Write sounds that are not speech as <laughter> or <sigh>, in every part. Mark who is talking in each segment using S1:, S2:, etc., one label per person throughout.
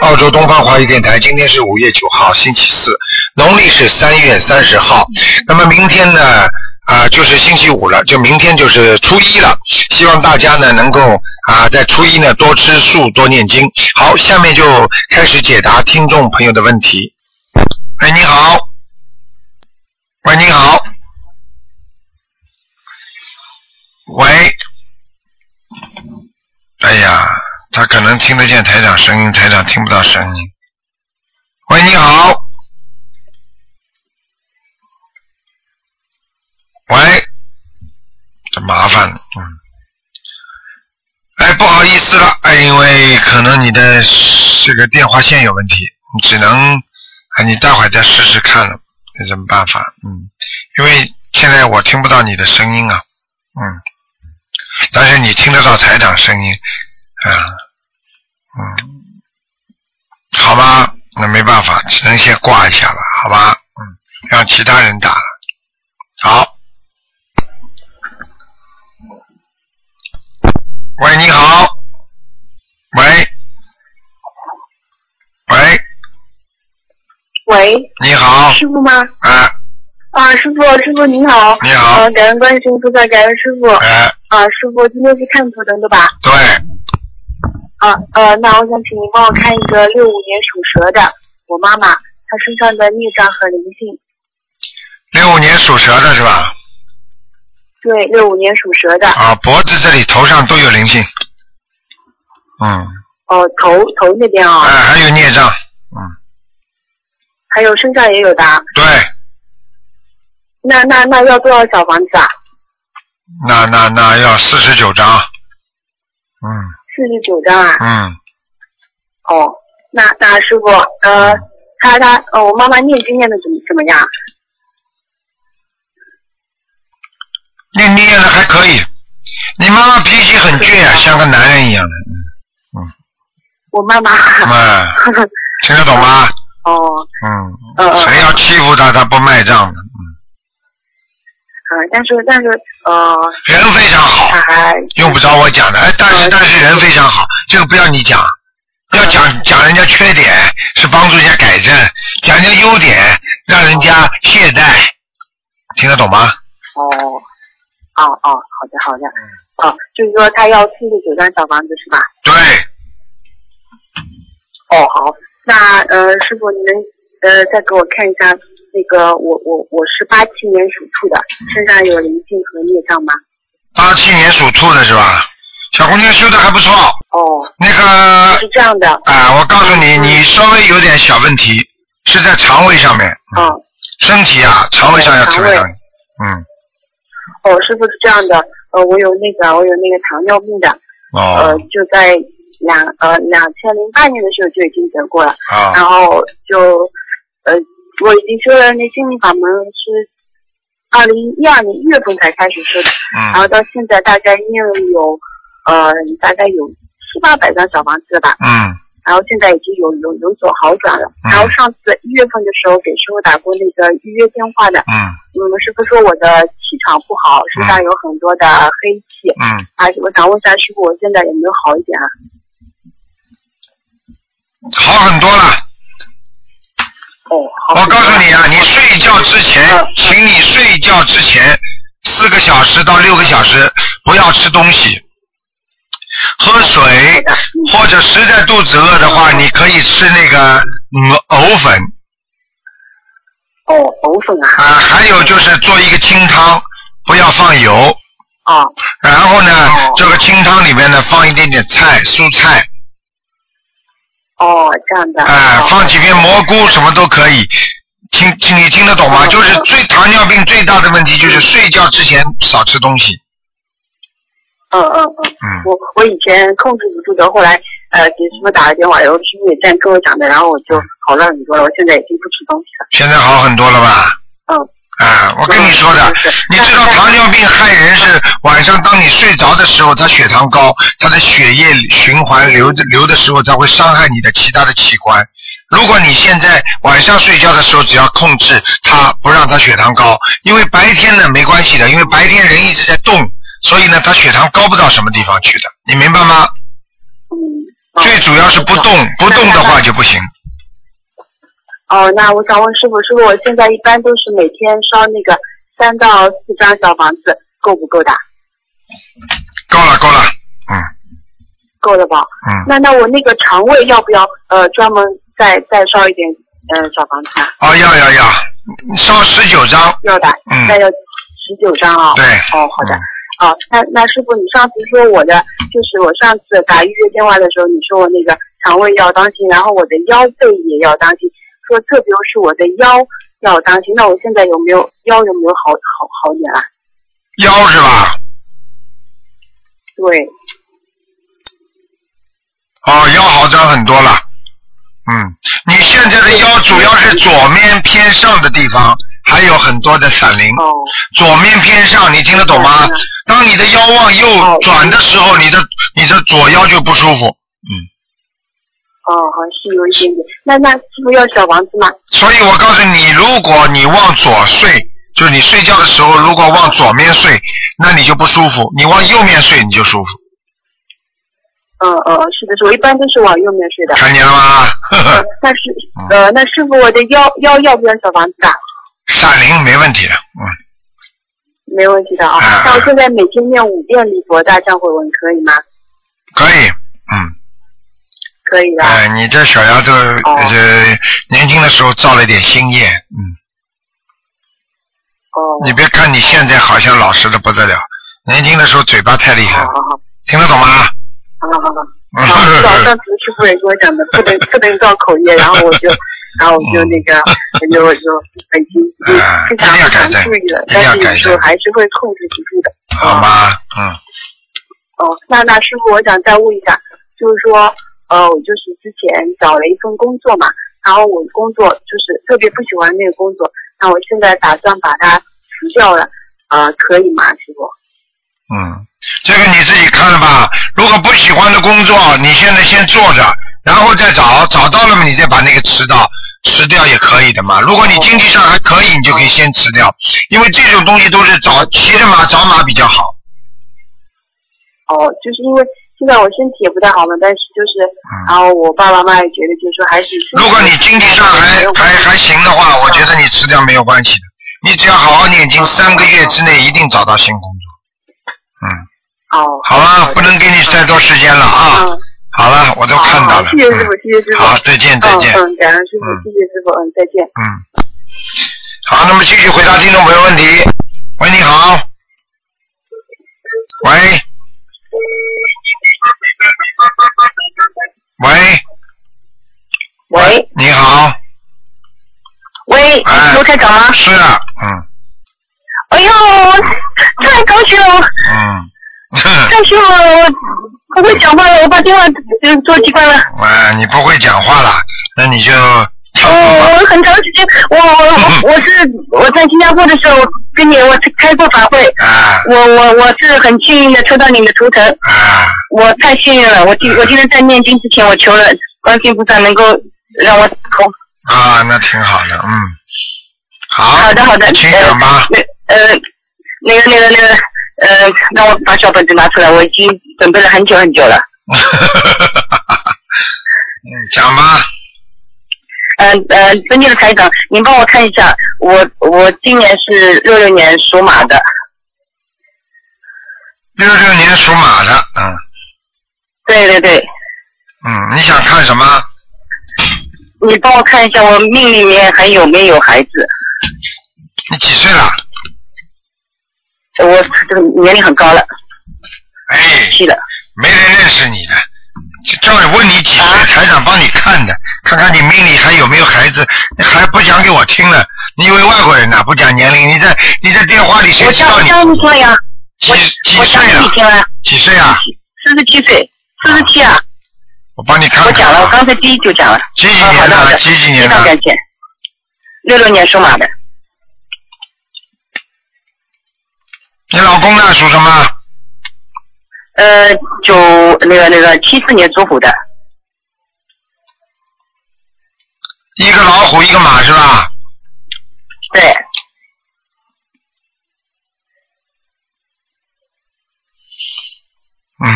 S1: 澳洲东方华语电台，今天是五月九号，星期四，农历是三月三十号。那么明天呢，啊、就是星期五了，就明天就是初一了。希望大家呢能够啊、在初一呢多吃素，多念经。好，下面就开始解答听众朋友的问题。哎，你好，喂，你好，喂，哎呀，他可能听得见台长声音，台长听不到声音。喂，你好。喂，这麻烦了，嗯。哎，不好意思了，哎，因为可能你的这个电话线有问题，你只能啊，你待会儿再试试看了，有什么办法？嗯，因为现在我听不到你的声音啊，嗯，但是你听得到台长声音，啊，嗯，好吧，那没办法，只能先挂一下吧，好吧，嗯，让其他人打了，好。喂，你好，喂，喂，
S2: 喂，
S1: 你好，
S2: 师傅吗？
S1: 啊，
S2: 啊，师傅，师傅您好。
S1: 你好
S2: 呃，感恩观世音菩萨，感恩师傅。
S1: 哎、
S2: 啊，师傅，今天是看图腾的吧？
S1: 对，
S2: 啊，呃，那我想请您帮我看一个六五年属蛇的我妈妈，她身上的孽障和灵性。
S1: 六五年属蛇的是吧？
S2: 对，六五年属蛇的，
S1: 啊，脖子这里、头上都有灵性。嗯，
S2: 哦，头头那边啊、
S1: 哎，还有孽障，嗯
S2: 还有身上也有的啊。
S1: 对，
S2: 那那那要多少小房子啊？
S1: 那那那要四十九张。嗯
S2: 四十九张啊。
S1: 嗯，
S2: 哦，那那师傅，呃，她她呃，我妈妈念经念的怎么怎么样？
S1: 念念的还可以。你妈妈脾气很倔啊，像个男人一样的。
S2: 我妈妈。 <laughs>
S1: 哎、听得懂吗？
S2: 哦，
S1: 嗯，
S2: 呃。
S1: 谁要欺负她，她不卖账的。
S2: 啊，但是但是呃，
S1: 人非常好，
S2: 他还
S1: 用不着我讲的。哎，但是但是人非常好，这个不要你讲，要讲讲人家缺点是帮助人家改正，讲人家优点让人家懈怠，听得懂吗？
S2: 哦哦哦，好的好的，
S1: 嗯
S2: 哦，就是说他要四十九张小房子是吧？
S1: 对，
S2: 哦好，那呃师傅你能呃再给我看一下那个我我我是八七年属兔的，身上有灵性和孽障吗？
S1: 八七年属兔的是吧？小姑娘修的还不错，
S2: 哦，
S1: 那个
S2: 是这样的，
S1: 啊、我告诉你，你稍微有点小问题，是在肠胃上面，嗯
S2: 哦
S1: 身体啊，肠胃上要特别当心，嗯，
S2: 哦师傅是这样的，呃我有那个我有那个糖尿病的，呃
S1: 哦，
S2: 就在两呃两千零八年的时候就已经得过了。
S1: 啊，
S2: 然后就呃，我已经修了那心灵法门是二零一二年一月份才开始修的，然后
S1: 嗯
S2: 到现在大概念了有呃大概有七八百张小房子吧，
S1: 嗯，
S2: 然后现在已经有有有所好转了。
S1: 嗯
S2: 然后上次一月份的时候给师傅打过那个预约电话的，
S1: 嗯，
S2: 嗯，师傅说我的气场不好，身上有很多的黑气，
S1: 嗯，
S2: 啊，我想问一下师傅，我现在有没有好一点啊？
S1: 好很多了。
S2: 哦，好。
S1: 我告诉你啊，你睡觉之前
S2: 嗯，
S1: 请你睡觉之前四个小时到六个小时不要吃东西，喝水，或者实在肚子饿的话，
S2: 嗯
S1: 你可以吃那个嗯藕粉
S2: 哦，藕粉
S1: 啊，
S2: 啊，
S1: 还有就是做一个清汤，不要放油，啊
S2: 哦，
S1: 然后呢
S2: 哦，
S1: 这个清汤里面呢放一点点菜，蔬菜，
S2: 哦，这样的。
S1: 哎、
S2: 哦
S1: 放几片蘑菇什么都可以。听，听你听得懂
S2: 哦
S1: 吗？就是最糖尿病最大的问题就是睡觉之前少吃东西。
S2: 嗯嗯嗯，
S1: 嗯，
S2: 我我以前控制不住的，后来呃给师傅打了电话，然后师傅也这样跟我讲的，然后我就好了很多了。我现在已经不吃东西了。
S1: 现在好很多了吧？
S2: 嗯，
S1: 啊，我跟你说的，
S2: 是是
S1: 你知道糖尿病害人是晚上当你睡着的时候，他血糖高，他的血液循环流着流的时候，它会伤害你的其他的器官。如果你现在晚上睡觉的时候，只要控制它，不让它血糖高，因为白天呢没关系的，因为白天人一直在动，所以呢，他血糖高不到什么地方去的，你明白吗？
S2: 嗯，哦
S1: 最主要是不动，不动的话就不行。
S2: 哦，那我想问师傅，师傅，我现在一般都是每天烧那个三到四张小房子，够不够的？
S1: 够了，够了，嗯
S2: 够了吧？
S1: 嗯。
S2: 那那我那个肠胃要不要呃专门再再烧一点呃小房子啊？
S1: 哦，要要要，烧十九张，
S2: 要的，
S1: 嗯
S2: 那要十九张啊、
S1: 对
S2: 哦，好的
S1: 嗯。
S2: 哦，那那师傅，你上次说我的，就是我上次打预约电话的时候，你说我那个肠胃要当心，然后我的腰背也要当心，说特别是我的腰要当心。那我现在有没有腰有没有好好好点啊？
S1: 腰是吧？
S2: 对，
S1: 哦，腰好转很多了。嗯，你现在的腰主要是左面偏上的地方，还有很多的闪灵。
S2: 哦，
S1: 左面偏上，你听得懂吗
S2: 嗯嗯？
S1: 当你的腰往右
S2: 哦
S1: 转的时候，你的你的左腰就不舒服。
S2: 哦，好像是有一点点。那那师傅要小房子吗？
S1: 所以我告诉你，如果你往左睡，就是你睡觉的时候，如果往左面睡，那你就不舒服；你往右面睡，你就舒服。
S2: 嗯嗯，是的，是我一般都是往右面睡的。
S1: 看见了吗？ <laughs> 呵呵，
S2: 那是
S1: 嗯
S2: 呃，那师傅，我的腰腰要不要小房子啊？
S1: 闪灵没问题的，嗯，
S2: 没问题的啊
S1: 啊。
S2: 那我现在每天念五遍礼佛大忏悔文可以吗？
S1: 可以，嗯。
S2: 可以的。
S1: 哎，你这小丫头，呃，年轻的时候造了点新业，嗯，
S2: 哦，
S1: 你别看你现在好像老实的不得了，年轻的时候嘴巴太厉害
S2: 好
S1: 了，
S2: 好好，
S1: 听得懂吗？
S2: 好好
S1: <laughs>
S2: 好
S1: 啊
S2: 好。好，哦知道上次师傅也跟我讲的，不能不能造口业，然后我就，然后我就那个，我就我就已经已经
S1: 哦 <laughs> 哎
S2: 非常
S1: 一定要改正
S2: 非常注意了，
S1: 一定要
S2: 但是有时候
S1: 改正
S2: 还是会控制不住的。
S1: <laughs> 好吗？嗯，
S2: 哦，那那师傅，我想再问一下，就是说，呃，我就是之前找了一份工作嘛，然后我工作就是特别不喜欢那个工作，那我现在打算把它辞掉了，呃，可以吗，师傅？
S1: 嗯，这个你自己看了吧。如果不喜欢的工作，你现在先做着，然后再找，找到了嘛，你再把那个辞掉，辞掉也可以的嘛。如果你经济上还可以，你就可以先辞掉，因为这种东西都是找骑着马找马比较好。
S2: 哦，就是因为现在我身体也不太好嘛，但是就是，然后我爸爸妈妈也觉得就是说还是身体
S1: 嗯如果你经济上还还还行的话，我觉得你吃掉没有关系的。你只要好好念经，三个月之内一定找到新工作。嗯，
S2: 哦，
S1: 好了，不能给你再多时间了啊。
S2: 嗯，
S1: 好了，我都
S2: 好
S1: 看到
S2: 好
S1: 了。
S2: 谢谢师傅，谢谢师
S1: 嗯
S2: 傅，
S1: 好，再见，再见。
S2: 嗯嗯，感恩师傅
S1: 嗯，
S2: 谢谢师傅，嗯，再见。
S1: 嗯。好，那么继续回答听众朋友问题。喂，你好。喂。喂，
S3: 喂
S1: 你好。
S3: 喂
S1: 哎，
S3: 卢台长吗？
S1: 是啊，嗯
S3: 哎呦，太高兴了，
S1: 嗯。 <laughs> 哼。
S3: 太兴奋了，我不会讲话了，我把电话呃做习惯了。
S1: 哎，你不会讲话了，那你就跳过吧。
S3: 哦，我很长时间，我我我我是我在新加坡的时候跟你我开过法会，
S2: 哦
S1: 啊
S3: 我我我是很幸运的抽到你的图腾，
S1: 啊，
S3: 我太幸运了。我今我今天在念经之前，我求了观世音菩萨能够让我打通。
S1: 啊，那挺好的，嗯，好，
S3: 好的好的，
S1: 请讲吧。
S3: 那呃，那个那个那个呃，让我把小本子拿出来，我已经准备了很久很久了。
S1: <laughs> 嗯，讲吧，
S3: 嗯呃，尊敬的台长，您帮我看一下，我我今年是六六年属马的，
S1: 六六年属马的，嗯
S3: 对对对，
S1: 嗯，你想看什么？
S3: 你帮我看一下我命里面还有没有孩子？
S1: 你几岁了？
S3: 我这个年龄很高了，
S1: 哎，
S3: 是的。
S1: 没人认识你的，就叫你问你几岁，
S3: 啊
S1: 台长帮你看的，看看你命里还有没有孩子，你还不讲给我听了？你以为外国人呐、不讲年龄？你在你在电话里谁
S3: 我
S1: 知
S3: 讲
S1: 道
S3: 我
S1: 你
S3: 讲给你听了呀，
S1: 几
S3: 我
S1: 几
S3: 我讲
S1: 岁
S3: 给你
S1: 了？
S3: 听了，
S1: 几岁啊？
S3: 四十七岁，四十七啊，
S1: 我帮你看看啊。
S3: 我讲了，我刚才第一就讲了。
S1: 几几
S3: 啊，好
S1: 年
S3: 的好
S1: 的？
S3: 的，
S1: 几几
S3: 非
S1: 年
S3: 常
S1: 的？
S3: 感谢。六六年属马的，
S1: 你老公呢？属什么？
S3: 呃，九那个那个七四年属虎的，
S1: 一个老虎，一个马是吧？
S3: 对，
S1: 嗯。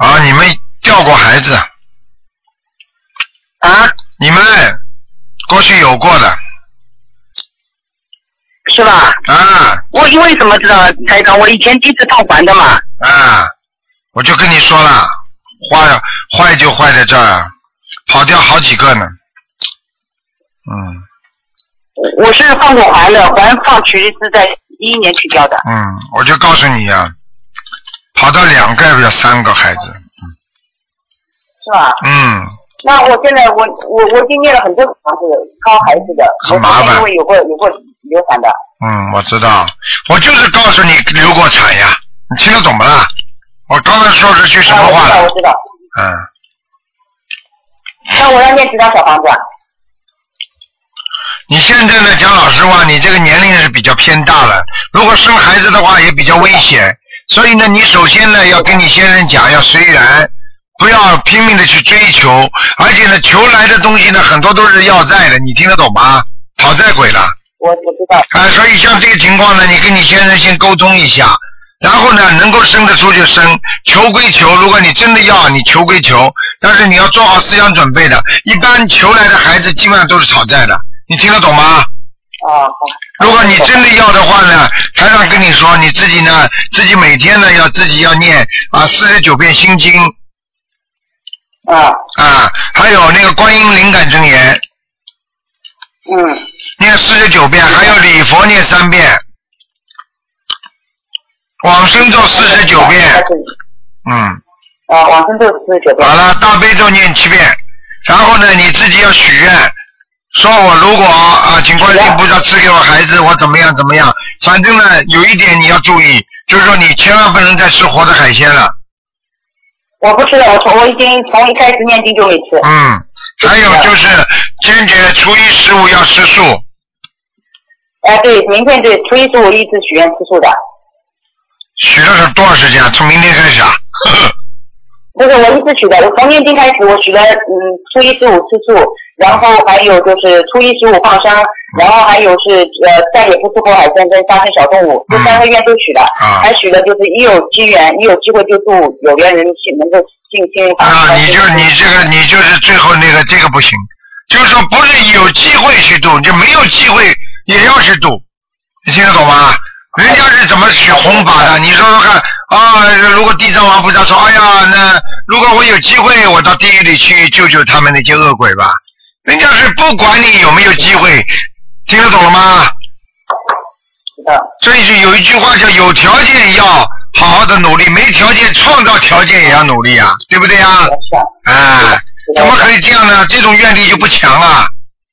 S1: 啊，你们孩子，
S2: 啊，
S1: 你们过去有过的
S2: 是吧？
S1: 啊
S2: 我因为什么知道啊台长？我以前第一次套环的嘛，
S1: 啊，我就跟你说了，坏坏就坏在这儿啊，跑掉好几个呢。嗯
S2: 我我是放过环的，环放取是在一一年取掉的。
S1: 嗯，我就告诉你呀、跑到两个要不要三个孩子？
S2: 是吧？
S1: 嗯，
S2: 那我现在我我我已经念了很多房子，挑孩子的，
S1: 很麻烦
S2: 我之前因为有过有过流产的，
S1: 嗯，我知道，我就是告诉你流过产呀，你听得懂不啦？我刚才说这句什么
S2: 啊，我
S1: 话
S2: 知道我
S1: 了？
S2: 知道。
S1: 嗯，
S2: 那我要念几张小房子啊？
S1: 你现在呢？讲老实话，你这个年龄是比较偏大了，如果生孩子的话也比较危险，所以呢，你首先呢要跟你先生讲，要随缘，不要拼命的去追求，而且呢，求来的东西呢很多都是要债的，你听得懂吗？讨债鬼了。
S2: 我我知道，
S1: 啊，所以像这个情况呢，你跟你先生先沟通一下，然后呢，能够生得出就生，求归求，如果你真的要，啊你求归求，但是你要做好思想准备的。一般求来的孩子基本上都是讨债的，你听得懂吗？
S2: 啊，好。
S1: 如果你真的要的话呢，台上跟你说，你自己呢，自己每天呢要自己要念啊四十九遍心经
S2: 啊，
S1: 啊，还有那个观音灵感真言
S2: 嗯，
S1: 念四十九遍，还有礼佛念三遍，往生咒四十九遍。
S2: 开始
S1: 嗯，
S2: 啊，往生咒四十九遍
S1: 好，了，大悲咒念七遍，然后呢，你自己要许愿，说我如果啊，请观世音菩萨赐给我孩子，我怎么样怎么样，反正呢，有一点你要注意，就是说你千万不能再吃活的海鲜了，
S2: 我不吃了，我从我已经从一开始念经就没吃，
S1: 嗯，还有就是坚决初一十五要吃素，
S2: 哎，对，明天对，初一十五一直许愿吃素的，
S1: 许了是多少时间啊？从明天开始啊？ <laughs> 呵呵
S2: 不是我一直许的，我从念经开始我许了，嗯，初一十五吃素，然后还有就是初一十五放生，
S1: 嗯
S2: 然后还有是呃再也不吃活海鲜跟杀生小动物，这三个愿都许了，
S1: 嗯啊
S2: 还许了就是一有机缘，一有机会就祝有缘人去能够进心灵法门
S1: 啊，你就你这个你就是最后那个这个不行，就是说不是有机会去度，就没有机会也要去度，你听得懂吗？人家是怎么许弘法的？你说说看啊！如果地藏王菩萨说：“哎呀，那如果我有机会，我到地狱里去救救他们那些恶鬼吧。”人家是不管你有没有机会，听得懂了吗？
S2: 知道
S1: 所以就有一句话叫“有条件要好好的努力，没条件创造条件也要努力啊，对不对啊？”
S2: 我是啊
S1: 哎，怎么可以这样呢？这种愿力就不强了，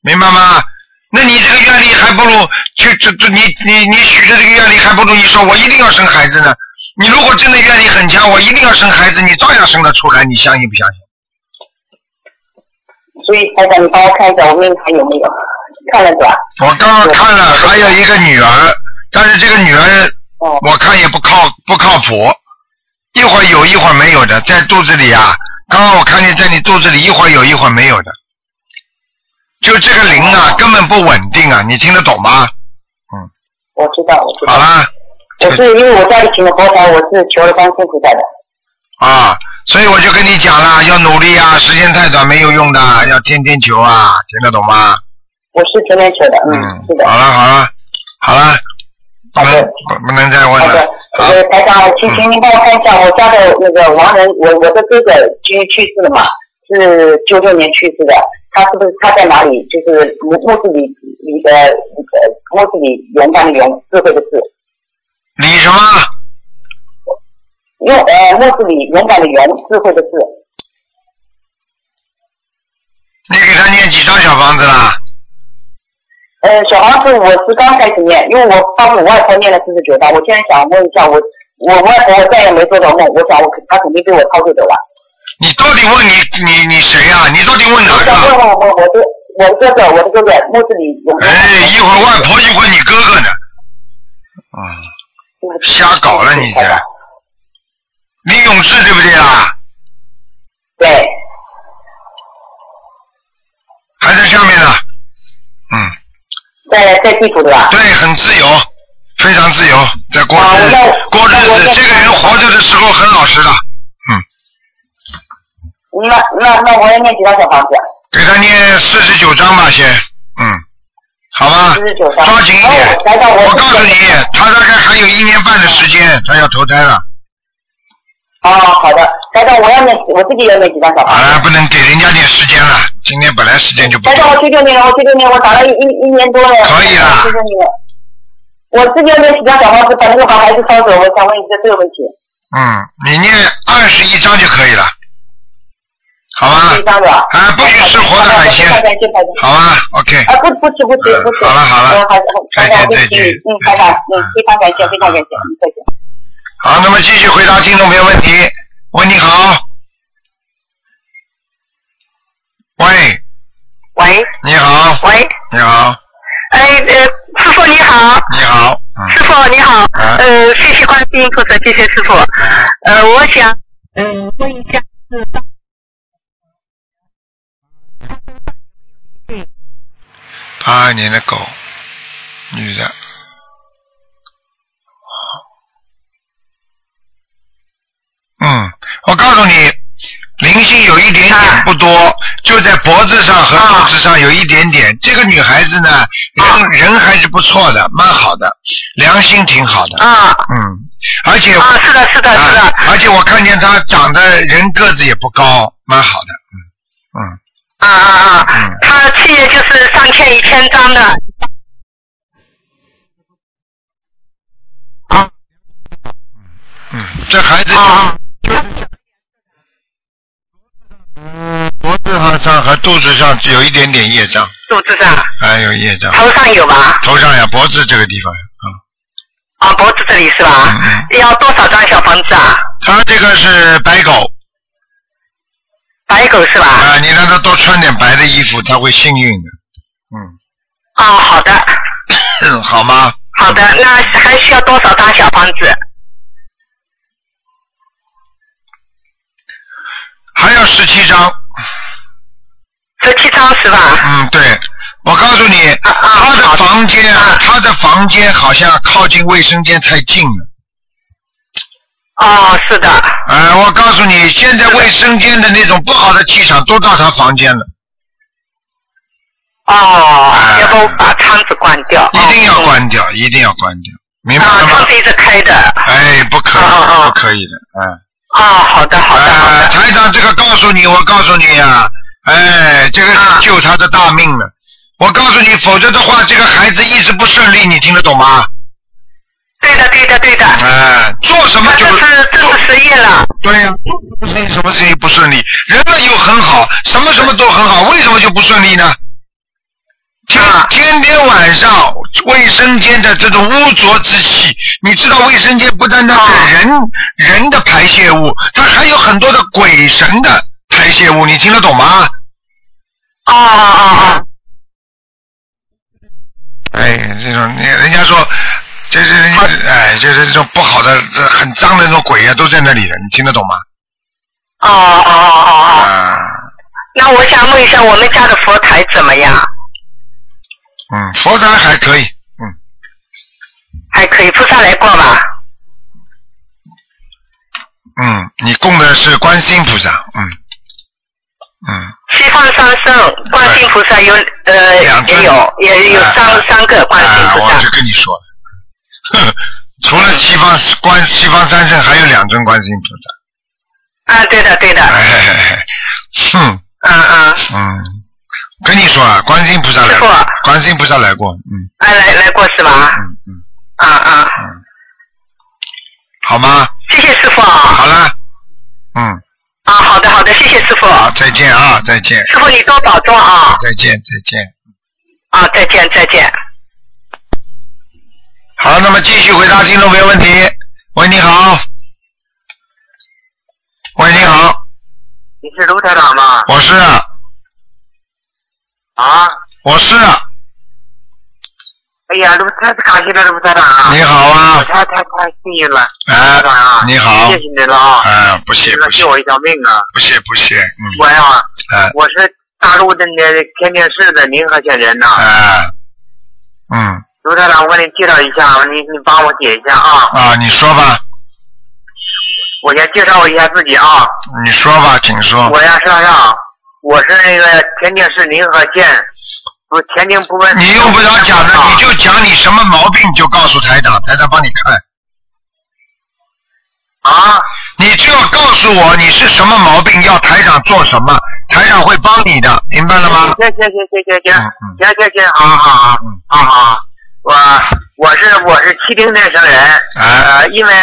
S1: 明白吗？那你这个愿力还不如去这这你你你许的这个愿力还不如你说我一定要生孩子呢。你如果真的愿力很强，我一定要生孩子，你照样生得出来，你相信不相信？
S2: 所以台长，你帮我看一下我命还有没有？看了是吧？
S1: 我刚刚看了，还有一个女儿，但是这个女儿
S2: 哦，
S1: 我看也不靠不靠谱，一会儿有一会儿没有的，在肚子里啊。刚刚我看见在你肚子里一会儿有一会儿没有的，就这个灵
S2: 哦
S1: 啊根本不稳定啊，你听得懂吗？
S2: 我知道，我知道。
S1: 好啦，
S2: 我是因为我家里请的佛台，我是求了观世音菩萨的。
S1: 啊，所以我就跟你讲啦，要努力啊，时间太短没有用的，要天天求啊，听得懂吗？
S2: 我是前面求的，嗯，是的，
S1: 好了好了好了，不
S2: 好
S1: 能
S2: 的，
S1: 不能再问
S2: 好
S1: 了
S2: 的，。
S1: 好，嗯
S2: 呃，台长，请请您帮我看一下我家的那个亡人，我我的哥哥去去世了嘛，是九六年去世的，他是不是他在哪里？就是木木字里里的呃木字里勇敢的勇，智慧的智，
S1: 李什么？
S2: 用呃木字里勇敢的勇，智慧的智，
S1: 你给他念几张小房子啦？
S2: 呃，小房子我是刚开始念，因为我帮我外婆念了四十九章，我现在想问一下我，我外婆我再也没做到梦，我想我她肯定被我操作走了。
S1: 你到底问你你你谁呀、你到底问哪
S2: 我想问
S1: 个？
S2: 问我我的我的哥哥，我的哥哥木子李有没有？
S1: 哎，一会儿外婆就问你哥哥呢。嗯，瞎搞了你这。李永志对不对啊？
S2: 对，
S1: 还在下面呢。嗯。
S2: 在在地府的吧？
S1: 对，很自由，非常自由，在过
S2: 啊
S1: 日子
S2: 那
S1: 过日
S2: 那我
S1: 子。
S2: 再
S1: 嗯这个人活着的时候很老实的，
S2: 嗯，
S4: 那那那我要念几张小房子啊？
S1: 给他念四十九章吧，先，嗯，好吧，
S4: 49章
S1: 抓紧一
S4: 哦
S1: 点。
S4: 台长我
S1: 我告诉你，他大概还有一年半的时间，他要投胎了。
S2: 哦
S4: 啊，好的，台长我要念，我自己要念几张小房
S1: 好
S4: 子？
S1: 了，不能给人家点时间了，今天本来时间就不
S4: 台长
S1: 够。
S4: 我九九年，我九九年我打了一一一年多了。
S1: 可以啦
S4: 九九年，我自己要念几张小房子，把那个把孩子烧走，我想问一个这个问题。
S1: 嗯，你念二十一章就可以了，好吧
S4: 是？这样的吧？
S1: 啊不许吃活的海鲜
S4: 好的谢谢台长
S1: 好吧，OK，
S4: 啊，不不吃不吃不吃。
S1: 好了好了
S4: 嗯好的，台长对不起
S1: 再见再见
S4: 嗯，台长，嗯，非常感谢，非常感谢，嗯，再见。
S1: 好，那么继续回答听众朋友问题。喂，你好。喂，
S2: 喂
S1: 你好，
S2: 喂，
S1: 你好，
S2: 哎呃，师傅你好，
S1: 你好，嗯，
S2: 师傅你好，
S1: 啊
S2: 呃，谢谢观世音菩萨，谢谢师傅，呃，我想嗯问一下是当
S1: 八二年的狗，女的。嗯，我告诉你，灵性有一点点不
S2: 啊
S1: 多，就在脖子上和肚子上有一点点。这个女孩子
S2: 啊
S1: 呢，人人还是不错的，蛮好的，良心挺好的。
S2: 啊
S1: 嗯，而且
S2: 啊，是的是的是
S1: 啊
S2: 的，
S1: 而且我看见她长得人个子也不高，蛮好的。嗯嗯。
S2: 啊啊啊
S1: 嗯，
S2: 他去年就是上欠一千张的。啊
S1: 嗯，这孩子就
S2: 啊
S1: 脖子上和肚子上只有一点点业障，
S2: 肚子上、
S1: 还有业障，
S2: 头上有吧？
S1: 头上呀，脖子这个地方呀，
S2: 啊，脖子这里是吧
S1: 嗯？嗯
S2: 要多少张小房子啊？
S1: 他这个是白狗
S2: 白狗是吧？
S1: 啊、你让他多穿点白的衣服，他会幸运的。
S2: 哦，好的，
S1: 嗯，好吗？
S2: 好的，那还需要多少张小房子？
S1: 还有十七张，
S2: 十七张是吧？
S1: 嗯，对，我告诉你，
S2: 啊啊
S1: 他
S2: 好
S1: 的
S2: 的
S1: 房间，
S2: 啊
S1: 他的房间好像靠近卫生间太近了。
S2: 哦，是的，
S1: 哎、我告诉你，现在卫生间的那种不好的气场都到他房间了，
S2: 哦，
S1: 啊
S2: 要不把窗子关掉？
S1: 一定要
S2: 哦
S1: 关掉，一定要关掉，明白
S2: 啊，
S1: 了吗
S2: 窗？子一直开的。
S1: 哎，不可以，
S2: 啊啊啊
S1: 不可以的，嗯。
S2: 哦，好的，好的，好
S1: 哎，
S2: 的。
S1: 台长，这个告诉你，我告诉你啊，哎，这个是
S2: 啊
S1: 救他的大命了。我告诉你，否则的话，这个孩子一直不顺利，你听得懂吗？
S2: 对的，对的，对的。
S1: 哎，做什么
S2: 啊他
S1: 就
S2: 这是这是失业了，
S1: 对呀、做什么事情不顺利？人呢又很好，什么什么都很好，为什么就不顺利呢？天
S2: 啊
S1: 天天晚上卫生间的这种污浊之气，你知道卫生间不单单
S2: 啊
S1: 是人、人的排泄物，它还有很多的鬼神的排泄物，你听得懂吗？
S2: 哦哦
S1: 哎，这种你人家说，这是人
S2: 啊
S1: 家哎，就是这种不好的、这很脏的那种鬼呀、啊都在那里的，你听得懂吗？
S2: 哦哦哦哦哦哦。
S1: 啊，
S2: 那我想问一下，我们家的佛台怎么样？
S1: 嗯，佛山还可以，嗯。
S2: 还可以，菩萨来过吧？
S1: 嗯，你供的是观世音菩萨，嗯，嗯，
S2: 西方三圣，观世音菩萨有呃
S1: 两尊
S2: 也有也有三、
S1: 啊
S2: 三个观世音
S1: 啊，
S2: 菩萨
S1: 我就跟你说了，哼除了西方观西方三圣，还有两尊观世音菩萨，
S2: 啊对的对的，
S1: 哎嘿嘿嘿，哼，
S2: 嗯嗯，
S1: 嗯，跟你说啊，观世音菩萨来过
S2: 师傅，
S1: 观世音菩萨来过，嗯
S2: 啊来来过是吧？
S1: 嗯嗯，
S2: 啊啊，
S1: 好吗？
S2: 谢谢师傅啊
S1: 好了，嗯，
S2: 啊好的好的，谢谢师傅，
S1: 好，再见啊，再见，
S2: 师傅你多保重啊
S1: 再见，再见。
S2: 啊再见再见，
S1: 好，那么继续回答听众朋友问题。喂，你好。喂，你好，
S5: 你是卢台长吗？
S1: 我是
S5: 啊，
S1: 我是
S5: 哎呀，卢太感谢了卢台长啊！
S1: 你好
S5: 我
S1: 啊，
S5: 太太太幸运了，卢台长
S1: 哎
S5: 啊，，
S1: 你好
S5: 谢，谢您了啊！
S1: 啊，不谢
S5: 这
S1: 不
S5: 个
S1: 谢
S5: 救我一条命啊！
S1: 不谢不谢，嗯，
S5: 我
S2: 啊
S5: 呀，
S1: 哎
S5: 我是大陆的那天津市的临河县人呐。
S1: 哎，嗯
S5: 卢台
S1: 啊
S5: 长，我给你介绍一下，你你帮我解一下啊！
S1: 啊，你说吧，
S2: 啊我先介绍一下自己啊，
S1: 你说吧，请说。
S2: 我叫尚尚，啊我是那个天津市临河县，不天津不分。啊
S1: 你用不着讲的，你就讲你什么毛病，就告诉台长，台长帮你看。
S2: 啊，
S1: 你只有告诉我你是什么毛病，要台长做什么，台长会帮你的，明白了吗？
S2: 行行行行行行
S1: 嗯嗯
S2: 行行行，好好好
S1: 嗯
S2: 好好，我我是我是七零年生人，
S1: 哎，
S2: 呃，因为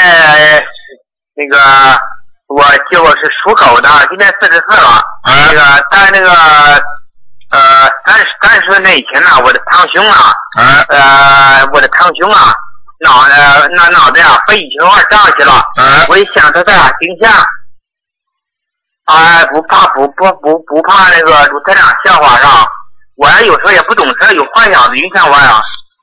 S2: 那个我就我是属狗的，今年四十四了。
S1: 哎
S2: 那个在那个呃三十三十岁那以前呢，我的堂兄啊，
S1: 哎
S2: 呃，我的堂兄啊，脑袋那脑袋啊被一球二上去了。
S1: 哎，
S2: 我一想他在惊吓，哎，不怕不不不不怕那个卢台长笑话是吧？我呀有时候也不懂事，有幻想的影响我呀，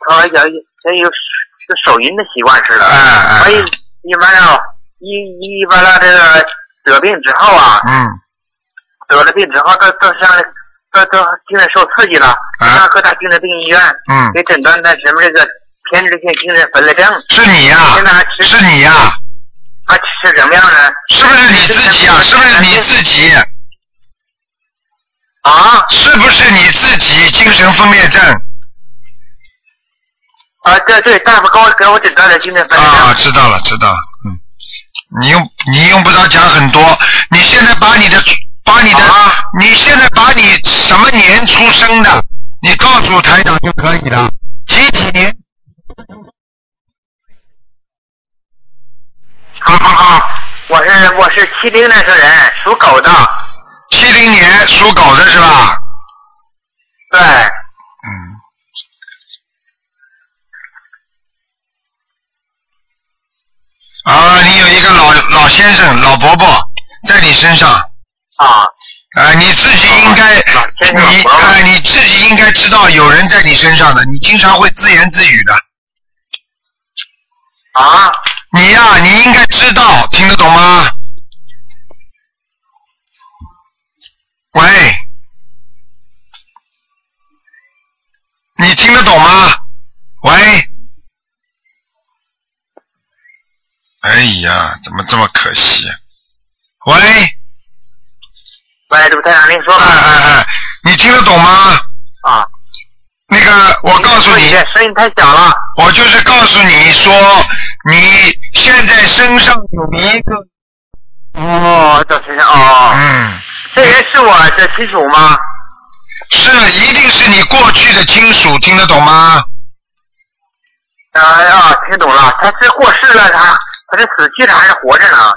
S2: 他有也有手手淫的习惯似的。
S1: 哎
S2: 所以
S1: 哎，
S2: 一般啊，一一般了这个得病之后啊，
S1: 嗯，
S2: 得了病之后，都都上都都精神受刺激了，上各大精神病医院
S1: 啊嗯，
S2: 给诊断的什么这个偏执性精神分裂症。
S1: 是你呀、
S2: 现在还吃
S1: 是你呀、
S2: 啊是什么样呢？
S1: 是不是你自己呀、是不是你自己？
S2: 啊
S1: 是不是你自己精神分裂症
S2: 啊对对，大夫给我给我诊断的精神分裂
S1: 啊？
S2: 症。
S1: 知道了，知道了，嗯，你用你用不着讲很多，你现在把你的把你的、
S2: 啊
S1: 你现在把你什么年出生的，你告诉台长就可以了，几几年？
S2: 好好好，我是我是七零年生人，属狗的，
S1: 七零年属狗的是吧？
S2: 对，
S1: 嗯，啊，你有一个老老先生、老伯伯在你身上，
S2: 啊
S1: 啊，你自己应该，
S2: 老先生
S1: 你
S2: 老伯伯
S1: 啊，你自己应该知道有人在你身上的，你经常会自言自语的，
S2: 啊
S1: 你呀、你应该知道，听得懂吗？喂，你听得懂吗？喂，哎呀，怎么这么可惜、啊？喂，
S2: 喂，卢台长您说
S1: 哎
S2: 吧
S1: 哎哎，你听得懂吗？
S2: 啊。
S1: 那个，我告诉你，
S2: 声音太小了。
S1: 我就是告诉你说，你现在身上有一个，
S2: 哦，赵先生，哦，
S1: 嗯，
S2: 这人是我的亲属吗？
S1: 是一定是你过去的亲属，听得懂吗？
S2: 啊啊，听懂了，他是过世了，他他是死去了还是活着呢？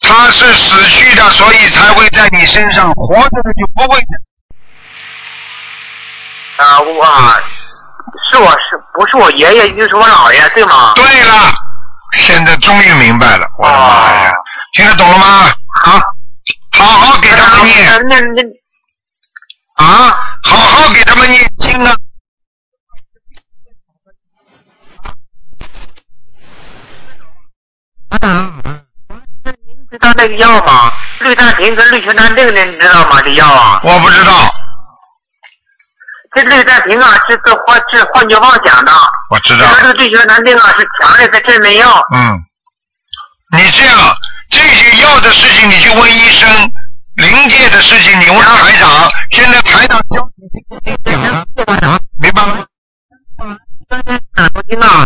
S1: 他是死去的，所以才会在你身上；活着的就不会。
S2: 啊，我啊是我是不是我爷爷就是我姥爷对吗？
S1: 对了，现在终于明白了，我的妈呀！听得懂了吗？
S2: 啊，
S1: 好好给他们
S2: 那
S1: 念
S2: 啊那那
S1: 啊，好好给他们念经啊！
S2: 知道那个药吗？氯氮平跟氯醛氮这个呢，你知道吗？这药啊，
S1: 我不知道，
S2: 这氯氮平啊是治幻治幻觉妄想的，
S1: 我知道
S2: 然。后这个氯醛氮定啊是强烈的镇胃药。
S1: 嗯，你这样这些药的事情你去问医生，临界的事情你问台长。现在台长教你讲了，明白吗？
S2: 啊，不听到，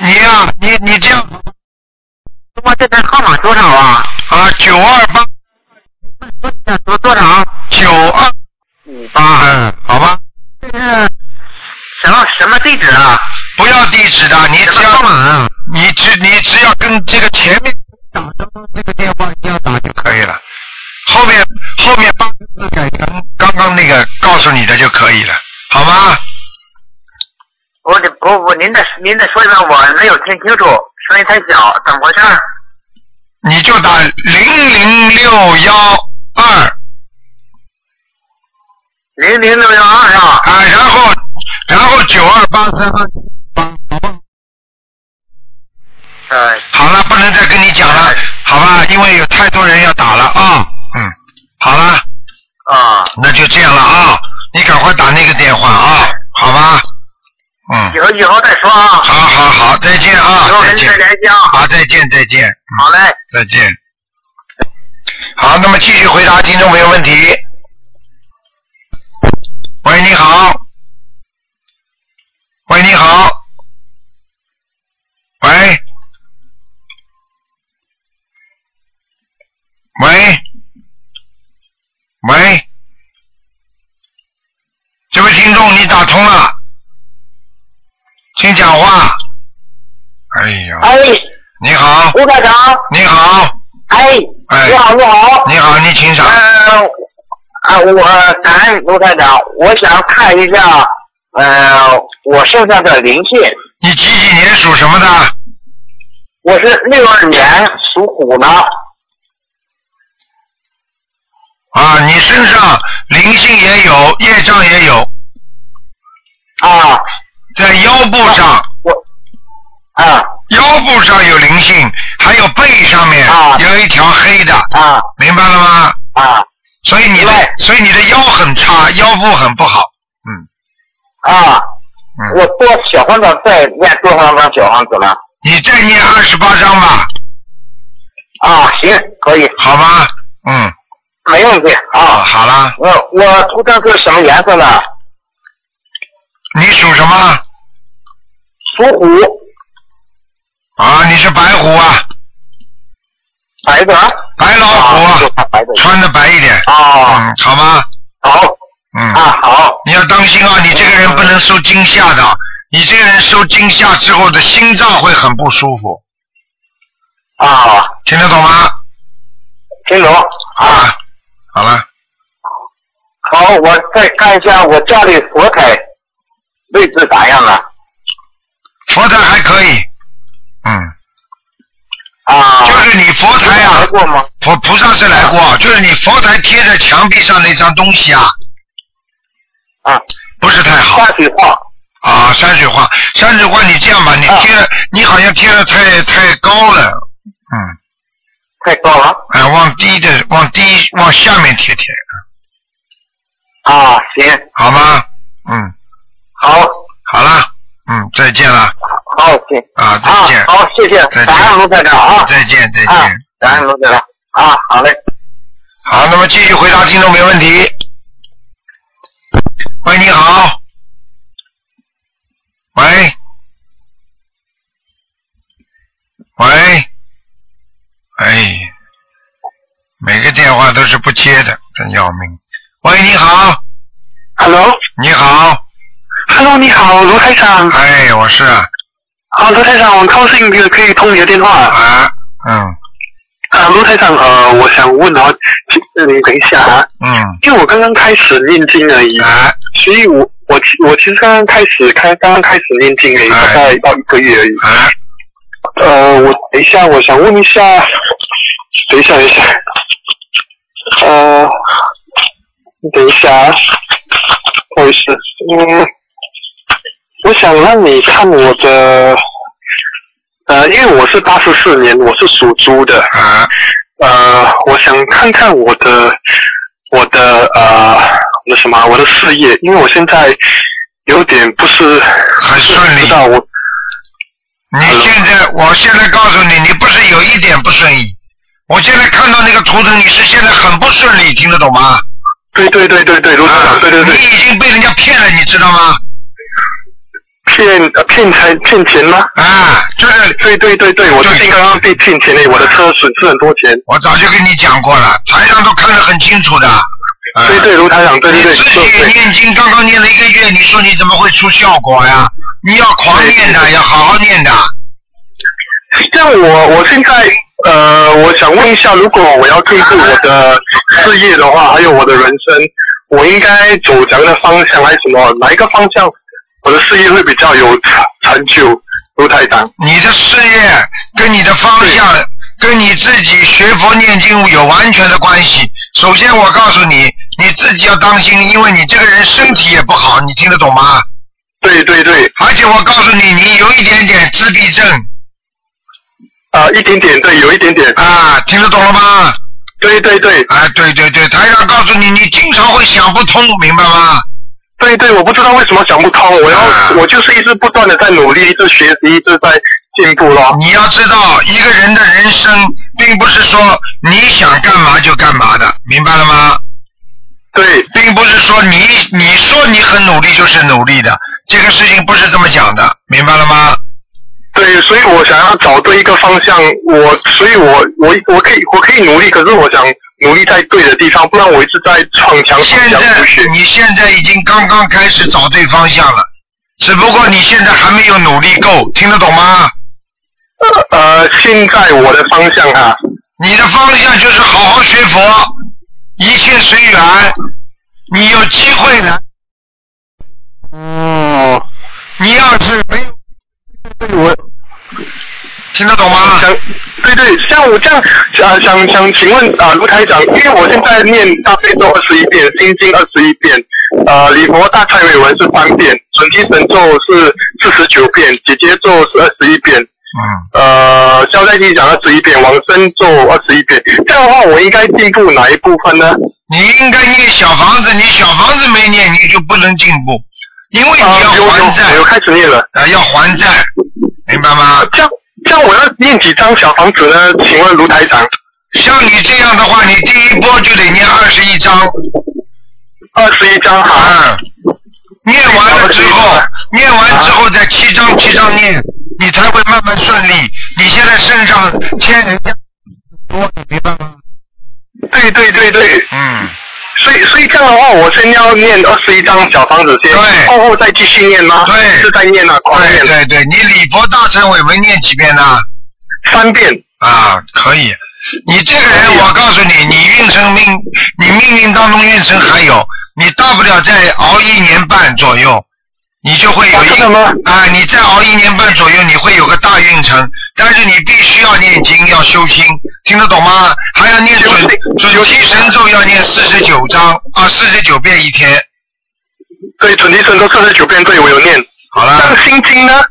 S1: 你呀、你你这样
S2: 中国电台号码多少啊？
S1: 啊，九二八
S2: 多多少？
S1: 九二
S2: 五
S1: 八，嗯，好吧，
S2: 什么什么地址啊？
S1: 不要地址的，你只要
S2: 啊？
S1: 你只你只要跟这个前面打的这个电话一样打就可以了，后面后面八个字改成刚刚那个告诉你的就可以了，好吗？
S2: 我得不不，您再您再说一遍，我没有听清楚，声音太小，怎么回事？
S1: 你就打零零六幺二
S2: 零零六幺二啊？
S1: 啊，然后然后九二八三二八，
S2: 呃，
S1: 好了，不能再跟你讲了，好吧？因为有太多人要打了啊，嗯，好了，
S2: 啊，
S1: 那就这样了啊，你赶快打那个电话啊，好吧？嗯，嗯，
S6: 以后以后再说啊，
S1: 好好好，再见
S6: 以后
S1: 啊，再
S6: 跟你
S1: 见
S6: 再，联系啊。
S1: 好，再见，再见，嗯
S6: 好嘞。
S1: 再见。好，那么继续回答听众朋友问题。喂，你好。喂，你好。喂。喂。喂。这位听众，你打通了，请讲话。哎呀，
S3: 哎，
S1: 你好，
S3: 吴台长，
S1: 你好。
S3: 哎，
S1: 哎
S3: 你好，你好，
S1: 你好，你请讲。
S6: 呃，啊，我感恩卢台长，我想看一下，呃，我身上的灵性，
S1: 你几几年属什么的？
S6: 我是六二年属虎的，
S1: 啊，你身上灵性也有，业障也有，
S6: 啊，
S1: 在腰部上，
S6: 我，啊
S1: 腰部上有灵性，还有背上面
S6: 啊
S1: 有一条黑的，
S6: 啊
S1: 明白了吗？
S6: 啊
S1: 所以你的，
S6: 对
S1: 所以你的腰很差，腰部很不好。
S6: 啊，
S1: 嗯，
S6: 我多小房子再念多少张小房子了？
S1: 你再念二十八章吧，
S6: 啊，行，可以，
S1: 好吗？嗯，
S6: 没问题
S1: 啊，
S6: 啊。
S1: 好啦。
S6: 我我图腾是什么颜色呢？
S1: 你属什么？
S6: 属虎，
S1: 啊，你是白虎啊，
S6: 白的。
S1: 白老虎
S6: 啊，
S1: 啊
S6: 就，看白的。
S1: 穿的白一点。
S6: 啊，
S1: 嗯，好吗？
S6: 好
S1: 嗯。
S6: 啊，好
S1: 你要当心啊！你这个人不能受惊吓的，你这个人受惊吓之后的心脏会很不舒服，
S6: 啊，
S1: 听得懂吗？
S6: 听懂啊。
S1: 啊，好了，
S6: 好，我再看一下我家里佛台位置咋样啊了？
S1: 佛台还可以，嗯，
S6: 啊，
S1: 就是你佛台
S6: 来
S1: 啊，
S6: 过吗？
S1: 佛菩萨是来过，就是你佛台贴着墙壁上那张东西啊，
S6: 啊，
S1: 不是太好
S6: 山水画
S1: 啊。山水画，山水画，你这样吧，
S6: 啊
S1: 你贴的，你好像贴的太太高了，嗯，
S6: 太高了
S1: 哎，往低的，往低往下面贴贴，
S6: 啊，行，
S1: 好吗？嗯，
S6: 好，
S1: 好了，嗯，再见了。
S6: 好，行
S1: 啊，再
S6: 啊
S1: 见，，
S6: 好，谢谢，
S1: 再见
S6: 感恩卢台长啊，
S1: 再见，再
S6: 啊
S1: 见。，
S6: 感恩卢台长啊，好嘞，
S1: 好，那么继续回答听众没问题。喂，你好。喂。喂。哎，每个电话都是不接的，真要命。喂，你好，
S7: Hello，Hello，
S1: 你好，
S7: 你好，卢台长。
S1: 哎，我是啊，
S7: 啊，卢台长，很高兴可以可以通你的电话。啊，
S1: 嗯
S7: 卢台长，呃，我想问啊，呃你等一下啊，
S1: 嗯，
S7: 因为我刚刚开始念经而已，
S1: 哎
S7: 所以我我其我其实刚刚开始开刚刚开始念经而已，
S1: 哎
S7: 大概到一个月而已。
S1: 哎，
S7: 呃，我等一下，我想问一下，等一下，等一下，呃，等一下，啊，不好意思，嗯，我想让你看我的，呃，因为我是八十四年，我是属猪的，
S1: 哎，
S7: 呃，我想看看我的，我的呃，我的什么啊，我的事业，因为我现在有点不是
S1: 很顺利
S7: 不知道我
S1: 你哎现在，我现在告诉你，你不是有一点不顺意。我现在看到那个图腾，你是现在很不顺利，听得懂吗？
S7: 对对对对对，卢台
S1: 啊
S7: 长，对对对。
S1: 你已经被人家骗了，你知道吗？
S7: 骗呃骗财骗钱吗？
S1: 啊，就是
S7: 对对对对，我最近刚刚被骗钱了，我的车损失很多钱。
S1: 我早就跟你讲过了，台上都看得很清楚的。啊
S7: 对对，卢台长，对对对，
S1: 你自己
S7: 对对
S1: 念经刚刚念了一个月，你说你怎么会出效果呀？你要狂念的，要好好念的。
S7: 像我我现在呃，我想问一下，如果我要进入我的事业的话，还有我的人生，我应该走怎样的方向，还是什么哪一个方向，我的事业会比较有成成就？卢台长，
S1: 你的事业跟你的方向，跟你自己学佛念经有完全的关系。首先，我告诉你，你自己要当心，因为你这个人身体也不好，你听得懂吗？
S7: 对对对，
S1: 而且我告诉你，你有一点点自闭症
S7: 啊、一点点，对，有一点点，
S1: 啊，听得懂了吗？
S7: 对对对
S1: 啊，对对对，台长告诉你，你经常会想不通，明白吗？
S7: 对对，我不知道为什么想不通，我要、
S1: 啊
S7: 我就是一直不断的在努力，一直学习，一直在进步咯。
S1: 你要知道，一个人的人生并不是说你想干嘛就干嘛的，明白了吗？
S7: 对
S1: 并不是说你你说你很努力就是努力的，这个事情不是这么讲的，明白了吗？
S7: 对，所以我想要找对一个方向，我所以我我我可以我可以努力，可是我想努力在对的地方，不然我一直在撞墙
S1: 现
S7: 撞墙呃不
S1: 在
S7: 学。
S1: 你现在已经刚刚开始找对方向了，只不过你现在还没有努力够，听得懂吗？
S7: 呃，现在我的方向啊，
S1: 你的方向就是好好学佛，一切随缘。你有机会来，
S7: 哦，
S1: 你要是没有，听得懂吗？
S7: 想对对，像我这样想想想，请问啊、卢台长，因为我现在念大悲咒二十一遍，心经二十一遍，呃，礼佛大忏悔文是三遍，准提神咒是四十九遍，姐姐咒是二十一遍，
S1: 嗯。
S7: 呃，消灾吉祥二十一遍，往生咒二十一遍。这样的话，我应该进步哪一部分呢？
S1: 你应该念小房子，你小房子没念，你就不能进步，因为你
S7: 啊、有
S1: 要还
S7: 有有
S1: 债，
S7: 开始念了。
S1: 啊，要还债，明白吗？
S7: 这样这样，我要念几张小房子呢？请问卢台长，
S1: 像你这样的话，你第一波就得念二十一章，
S7: 二十一张好。
S1: 啊，念完了之后，念完之后再七章七章念，你才会慢慢顺利。你现在身上欠人家多，你明白吗？
S7: 对对对对，
S1: 嗯，
S7: 所以所以这样的话，我先要念二十一张小房子先，
S1: 对
S7: 过后再继续念吗？
S1: 对
S7: 是在念啊，狂
S1: 对
S7: 念
S1: 对对，你礼佛大忏悔文念几遍呢、
S7: 三遍。
S1: 啊，可以。你这个人，我告诉你，你运程命，你命运当中运程还有，你大不了再熬一年半左右，你就会有
S7: 啊
S1: 一
S7: 真的吗
S1: 啊，你再熬一年半左右，你会有个大运程。但是你必须要念经，要修心，听得懂吗？还要念准
S7: 修
S1: 准
S7: 心
S1: 提神咒，要念四十九章啊，四十九遍一天。
S7: 对，准提神咒四十九遍，对我有念。
S1: 好
S7: 像
S1: 了，
S7: 心经呢，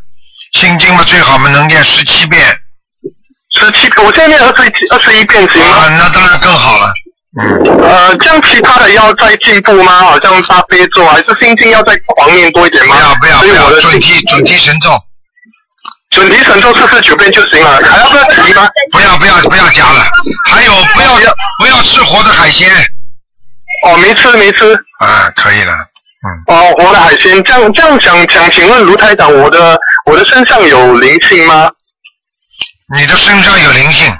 S1: 心经嘛，最好嘛能念十七遍
S7: 十七，我现在念二十一二十一遍行吗
S1: 啊？，那当然更好了。
S7: 呃，这样其他的要再进步吗？好像大悲咒啊还是心经要再狂念多一点
S1: 不
S7: 吗？
S1: 要不要
S7: 所
S1: 不
S7: 以我
S1: 要，
S7: 的
S1: 准
S7: 心
S1: 提准提神咒。
S7: 准提神咒四十九遍就行了，还要不要提吗？
S1: 不要不要不要加了，还有不要
S7: 不要
S1: 不要吃活的海鲜
S7: 哦，没吃没吃，
S1: 啊，可以了。
S7: 哦，活的海鲜。这样这样想想，请问卢台长，我的我的身上有灵性吗？
S1: 你的身上有灵性，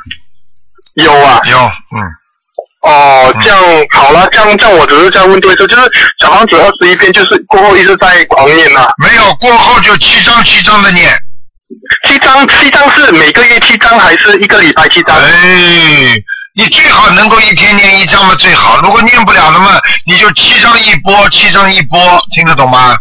S7: 有啊。
S1: 有嗯，
S7: 哦，这样好了，这样这样我只是在问对说，就是小房子二十一遍，就是过后一直在狂念呐、
S1: 没有过后就七张七张的念，
S7: 七张七张是每个月七张还是一个礼拜七张？
S1: 哎，你最好能够一天念一张嘛最好，如果念不了了嘛，你就七张一波，七张一波，听得懂吗？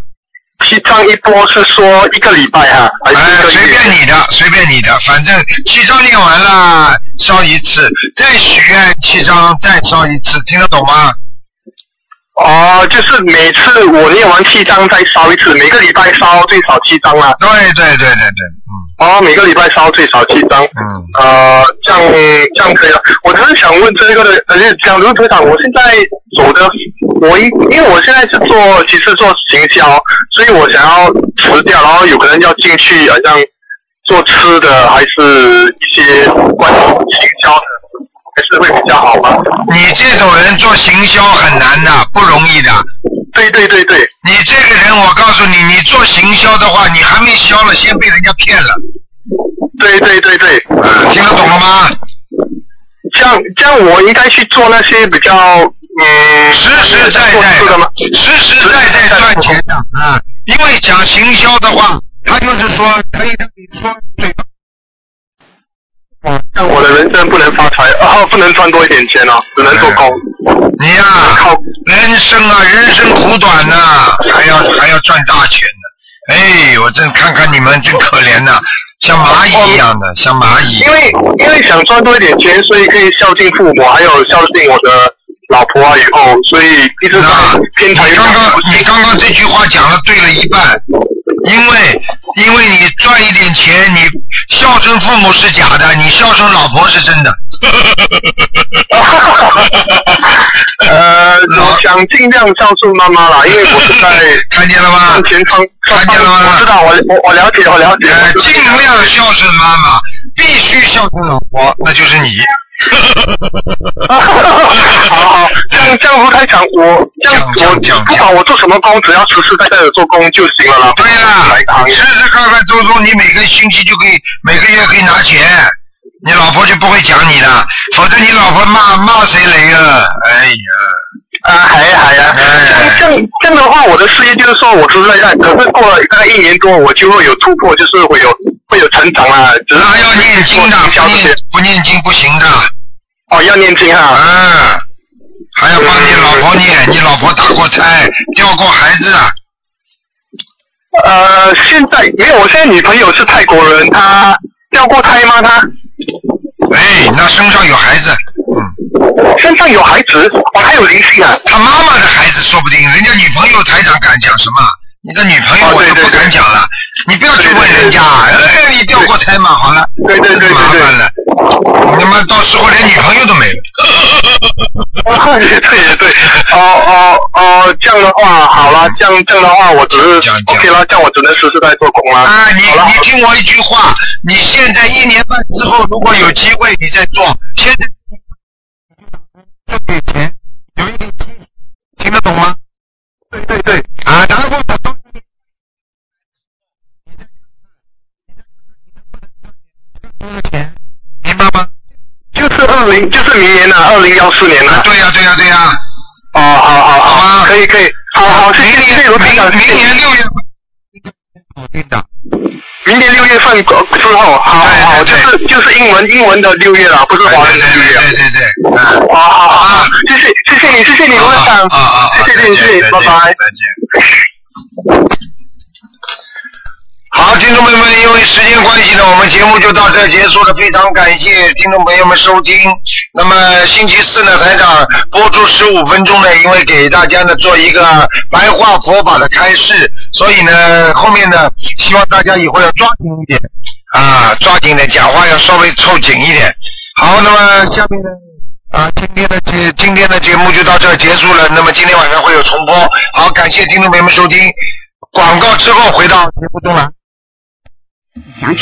S7: 七张一波是说一个礼拜啊，还是
S1: 哎
S7: 一，个
S1: 随
S7: 月？
S1: 便你的，随便你的，反正七张念完了烧一次，再许愿七张再烧一次，听得懂吗？
S7: 哦，就是每次我念完七张再烧一次，每个礼拜烧最少七张啦、
S1: 对对对对对，
S7: 哦，每个礼拜烧最少七张。
S1: 嗯嗯。
S7: 呃，这样这样可以了。啊我只是想问这个的，而且讲卢队长，我现在走的，我因因为我现在是做其实做行销，所以我想要辞掉，然后有可能要进去好像做吃的，还是一些关于行销的，还是会比较好吧？
S1: 你这种人做行销很难的，不容易的。
S7: 对对对对，
S1: 你这个人，我告诉你，你做行销的话，你还没销了，先被人家骗了，
S7: 对对对对，嗯
S1: 听得懂了吗？
S7: 这样这样我应该去做那些比较嗯
S1: 实实在
S7: 做
S1: 在
S7: 吃的吗
S1: 的？，实实在在赚钱的啊！因为讲行销的话，他就是说可以让你说嘴巴
S7: 但我的人生不能发财，啊，不能赚多一点钱哦，只能做工。
S1: 你呀、
S7: 靠
S1: 人生啊，人生苦短呐、还要还要赚大钱呢。哎，我真看看你们真可怜呐、像蚂蚁一样的，像蚂蚁。
S7: 因为因为想赚多一点钱，所以可以孝敬父母，还有孝敬我的老婆啊，以后，所以一直在
S1: 那
S7: 偏
S1: 你 <laughs>
S7: 财运
S1: 刚刚你刚刚这句话讲的对了一半，因为因为你赚一点钱，你孝顺父母是假的，你孝顺老婆是真的。 <laughs>
S7: 呃，我想尽量孝顺妈妈啦，因为我是在
S1: 看见了吗
S7: 向？前方，
S1: 看见嗯了吗
S7: 我知道，我我我了解，我了解。
S1: 呃，尽量孝顺妈妈，必须孝顺老婆，那就是你。
S7: <laughs> 好好，这样这样卢台长，我这样
S1: 讲
S7: 我
S1: 讲讲
S7: 不管我做什么工，只要实实在在的做工就行了啦。
S1: 对
S7: 来
S1: 啦，
S7: 行业
S1: 时时刻刻周中，你每个星期就可以，每个月可以拿钱，你老婆就不会讲你了，否则你老婆骂骂谁雷了？哎呀，
S7: 啊，还还呀
S1: 哎，
S7: 这样这样的话，我的事业就是说我是在那，可是过了大概一年多，我就会有突破，就是会有会有成长啦。只是
S1: 那要念经的，
S7: 消
S1: 不
S7: 这些
S1: 念不念经不行的，
S7: 哦，要念经啊。
S1: 嗯，还要帮你老婆念，你老婆打过胎，掉过孩子啊，
S7: 呃，现在没有，我现在女朋友是泰国人，她掉过胎吗？她
S1: 哎，那身上有孩子，嗯
S7: 身上有孩子，哦，还有灵性啊。
S1: 他妈妈的孩子说不定，人家女朋友台长敢讲什么？你的女朋友
S7: 哦
S1: 我
S7: 对
S1: 就不
S7: 对对
S1: 敢讲了，你不要去问人家，哎，你掉过胎嘛，好了，
S7: 对对对对对
S1: 麻烦了，你他妈到时候连女朋友都没了，
S7: 哦也对也对，哦哦哦，这样的话好了，这样这样的话，我只是
S1: 这样这样
S7: OK 了，这样我只能实实在在做工了。
S1: 啊，你
S7: 好了，
S1: 你听我一句话，你现在一年半之后如果有机会你再做，现在挣点钱，有一点积蓄，听得懂吗？
S7: 对对对，
S1: 啊，然后等到你，你再看看你能不能赚点更多的钱，明白吗？
S7: 就是二零，就是明年了，二零幺四年了。
S1: 啊对呀、对呀、对呀、
S7: 哦，好好
S1: 好吧
S7: 好，可以可以，好好，谢
S1: 明
S7: 谢谢谢罗台长，
S1: 年
S7: 谢
S1: 明
S7: 谢
S1: 明年六月份搞定的。
S7: 明年六月份过之后，好
S1: 对
S7: 好，就
S1: 对
S7: 是就是英文英文的六月了，不是
S1: 对
S7: 华人的
S1: 对
S7: 六
S1: 对
S7: 月。
S1: 对对对，嗯。
S7: 好好好，谢谢谢谢你，谢谢你罗台长，
S1: 啊啊！
S7: 谢谢你，谢谢你，拜
S1: 再
S7: 拜
S1: 见。再见。好，听众朋友们，因为时间关系呢，我们节目就到这儿结束了。非常感谢听众朋友们收听。那么星期四呢，台长播出十五分钟呢，因为给大家呢做一个白话佛法的开示，所以呢，后面呢，希望大家以后要抓紧一点啊，抓紧点，讲话要稍微凑紧一点。好，那么下面呢？啊，今天的节今天的节目就到这儿结束了。那么今天晚上会有重播。好，感谢听众朋友们收听。广告之后回到节目中来。